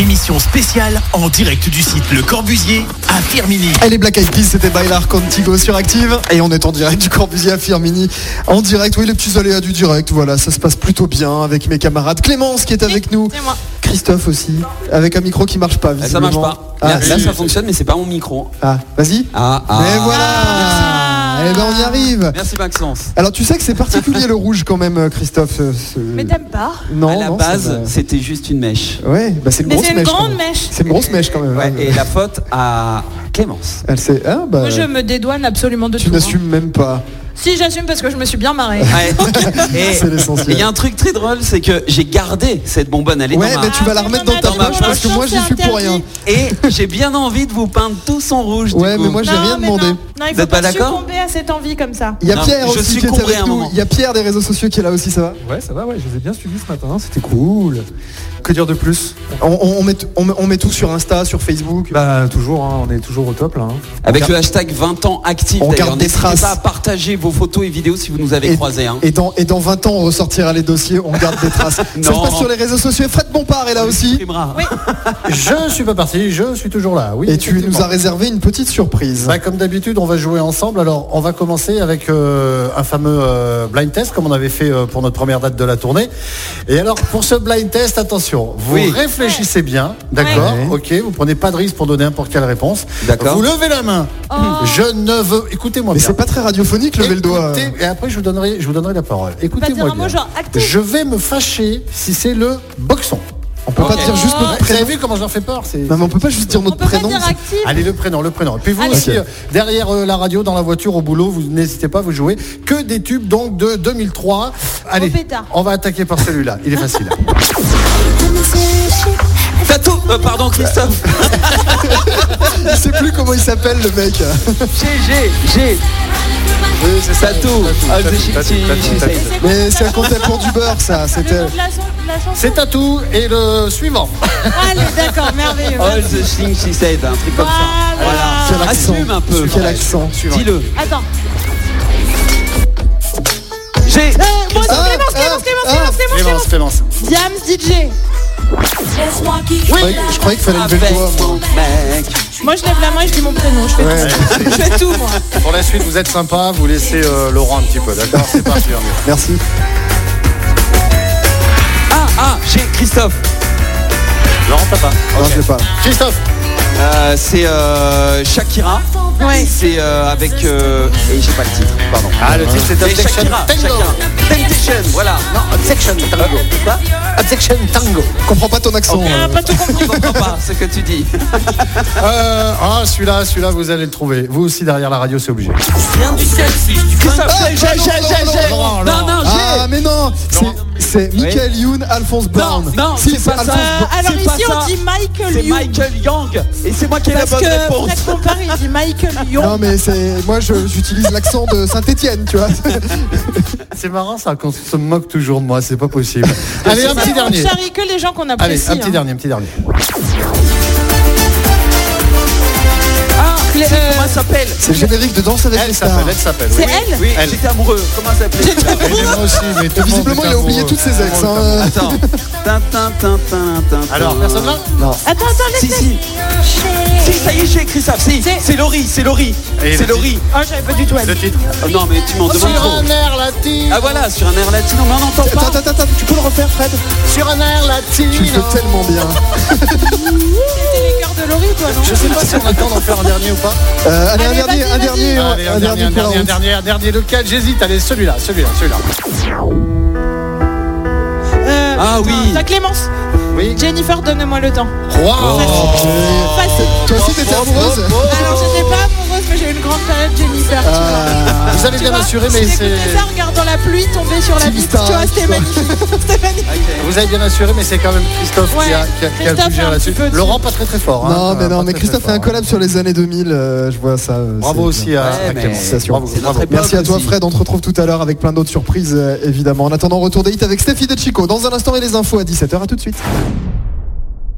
émission spéciale en direct du site Le Corbusier à Firmini. Allez Black Eyed Peas, c'était Bailar Contigo sur Active et on est en direct du Corbusier à Firmini en direct. Oui, les petits aléas du direct, voilà, ça se passe plutôt bien avec mes camarades Clémence qui est avec nous, C'est moi. Christophe aussi, avec un micro qui marche pas Ça marche visiblement. pas. Ah, Là, là, si. ça fonctionne, mais c'est pas mon micro. Ah, vas-y. Ah, ah. Mais voilà. Eh ben on y arrive. Merci Maxence. Alors tu sais que c'est particulier le rouge quand même, Christophe. euh, ce- Mais t'aimes pas non, à la non, ça base, va. c'était juste une mèche. Ouais, bah c'est une Mais grosse c'est une mèche. quand grande même. mèche. C'est une grosse mèche quand même. Ouais, hein. et la faute à Clémence. Elle sait. Ah, bah, Moi, je me dédouane absolument de Tu tout. hein. n'assumes même pas. Si, j'assume parce que je me suis bien marrée. Ouais. Et- C'est et l'essentiel. il y a un truc très drôle, c'est que j'ai gardé cette bonbonne. Elle est Ouais, dans ma- mais tu vas la remettre dans ta dans ma poche parce que poche, moi j'y c'est suis pour rien. interdit. Et j'ai bien envie de vous peindre tous en rouge. Ouais, du coup. mais moi, j'ai- rien mais demandé. Non, non il Vous faut êtes pas, pas d'accord succomber à cette envie comme ça. Il y a Non, Pierre je aussi suis qui est compris avec à un nous. moment. Il y a Pierre des réseaux sociaux qui est là aussi, ça va Ouais, ça va, ouais, je les ai bien suivis ce matin, c'était cool. Que dire de plus on, on- on met, on, met- on met tout sur Insta, sur Facebook. Bah, toujours, hein, on est toujours au top là. hein. Avec le hashtag 20 ans actif, On d'ailleurs, garde des n'hésitez traces. pas à partager vos photos et vidéos si vous nous avez Et, croisés. hein. et dans, et dans 20 ans, on ressortira les dossiers, on garde des traces. ça se Non. passe sur les réseaux sociaux. Fred Bompard est là aussi. Primera. Je suis pas parti, je suis toujours là. Oui, Et tu nous effectivement. as réservé une petite surprise. Bah, comme d'habitude, on va jouer ensemble. Alors, on va commencer avec euh, un fameux euh, blind test, comme on avait fait euh, pour notre première date de la tournée. Et alors, pour ce blind test, attention, vous Oui. réfléchissez bien, d'accord Ok, vous prenez pas de risque pour donner n'importe quelle réponse. D'accord. Vous levez la main. Oh. Je ne veux. Écoutez-moi Mais bien. c'est pas très radiophonique, lever le doigt. Écoutez- Et après, je vous donnerai, je vous donnerai la parole. dire un Écoutez-moi mot bien. genre actif. Je vais me fâcher si c'est le boxon. On peut pas Ok. dire juste Oh. notre Vous avez prénom. vu comment je leur fais peur Oh, c'est- Non, mais on peut pas juste dire On notre peut pas prénom. dire actif. Allez, le prénom, le prénom. Puis vous Allez. aussi, Ok. euh, derrière euh, la radio, dans la voiture, au boulot, vous n'hésitez pas, vous jouez que des tubes donc de 2003. Allez, pétard. on va attaquer par celui-là. Il est facile. Tato, euh, pardon Christophe. Je sais plus comment il s'appelle le mec. GG, G. Tato. Ah, je suis- Tatou, je suis- Tatou, Tatou. Mais c'est quoi Mais c'est la un compte à pour du beurre, ça. C'était. Le nom de la, son- de la chanson. C'est à tout. Et le suivant. Allez, d'accord, merveilleux. All the things she said, un truc comme ça. Voilà. Quel accent. Assume un peu. Quel accent. Dis-le. Attends. J'ai. Moi, Euh, c'est Ah, Clémence, Clémence, ah, Clémence, ah. Clémence, Clémence, Clémence. Clémence, Clémence. Diams DJ. Je croyais, je croyais qu'il fallait lever le Avec doigt. moi. mon mec. Moi, je lève la main et je dis mon prénom. Je fais, Ouais. tout. Je fais tout, moi. Pour la suite, vous êtes sympa. Vous laissez euh, Laurent un petit peu, d'accord C'est parti. on y va. Merci. Ah, ah, j'ai Christophe. Laurent, t'as pas. Non, Ok. je sais pas. Christophe. Euh, c'est euh, Shakira. Ouais. C'est euh, avec. euh, Et j'ai pas le titre, pardon. Ah, le titre, c'est Mais Objection Shakira, Tango. Shakira. Temptation, voilà. Non, Objection Tango. Quoi Objection Tango. Comprends pas ton accent. On euh. n'a pas tout compris. Je comprends pas ce que tu dis. Euh, ah, celui-là, celui-là, vous allez le trouver. Vous aussi, derrière la radio, c'est obligé. Rien du sexy. Christophe. Ah, j'ai, j'ai, j'ai, j'ai. Non, non, Ah, j'ai. mais non c'est- C'est Michael Youn, Alphonse Non, Brown. non, Si, c'est pas ça. Alphonse Brown. Alors, C'est pas ici, on ça. dit Michael C'est Young. Michael Young. Et c'est moi qui ai la Parce bonne que réponse. Fred Compar, il dit Michael Non, Young. mais c'est. Moi, je- j'utilise l'accent de Saint-Etienne, tu vois. C'est marrant, ça, qu'on se moque toujours de moi. C'est pas possible. allez, un petit on dernier. charrie que les gens qu'on Allez, apprécie. un petit hein. dernier, un petit dernier. Ah, Clé- c'est- euh, comment elle s'appelle C'est le générique de Danse avec les Elle stars. Eh, s'appelle, elle s'appelle. C'est oui. elle Oui, Elle. j'étais amoureux. Comment ça s'appelait Et moi aussi, mais tout le monde Visiblement, est euh, il a oublié amoureux. toutes ses ex. hein. Attends. Tintin, tintin, tintin. Alors, personne là Attends, attends, laisse. Si, si. Si, ça y est, j'ai écrit ça. Si, C'est- c'est Laurie, c'est Laurie. Et C'est le Laurie. Oh, j'avais pas du tout Le aimé. titre Oh, non, mais tu m'en Sur demandes trop. un air latino Ah voilà, sur un air latino, mais on n'entend Attends, pas. attends, attends, tu peux le refaire, Fred Sur un air latino Ah. Tu le fais tellement bien. C'était les cœurs de Laurie, toi, non Je sais pas si on a le temps d'en faire un dernier ou pas. Euh, allez, un Allez, dernier, vas-y, un vas-y. dernier, Allez, un, dernier, un pour la dernier, un route. dernier, un dernier. Lequel J'hésite. Allez, celui-là, celui-là, celui-là. Euh, Ah attends, oui. T'as Clémence Oui. Jennifer, donne-moi le temps. Wow Facile. Toi aussi, t'étais amoureuse Alors, j'étais pas amoureuse, mais j'ai eu une grande période Jennifer. tu vois. Ah, Vous avez Tu bien vois, assuré, j'ai mais écouté c'est. ça en regardant la pluie tomber sur la Petite vitre. Tu vois, star, c'était quoi. magnifique. C'était magnifique. Vous avez bien assuré, mais c'est quand même Christophe qui a, qui a, qui a Christophe le plus a un géré là-dessus. petit peu de- Laurent, pas très très fort. hein. Non, mais Euh, non, pas mais très, Christophe très fait un fort, hein. collab sur les années 2000, euh, je vois ça. euh, Bravo c'est aussi bien. Ouais, à, à mais- Clémence. Félicitations. Bravo, C'est notre bravo. Merci à toi aussi. Fred, on te retrouve tout à l'heure avec plein d'autres surprises euh, évidemment. En attendant, retour des hits avec Stéphie de Chico. Dans un instant et les infos à 17h, à tout de suite.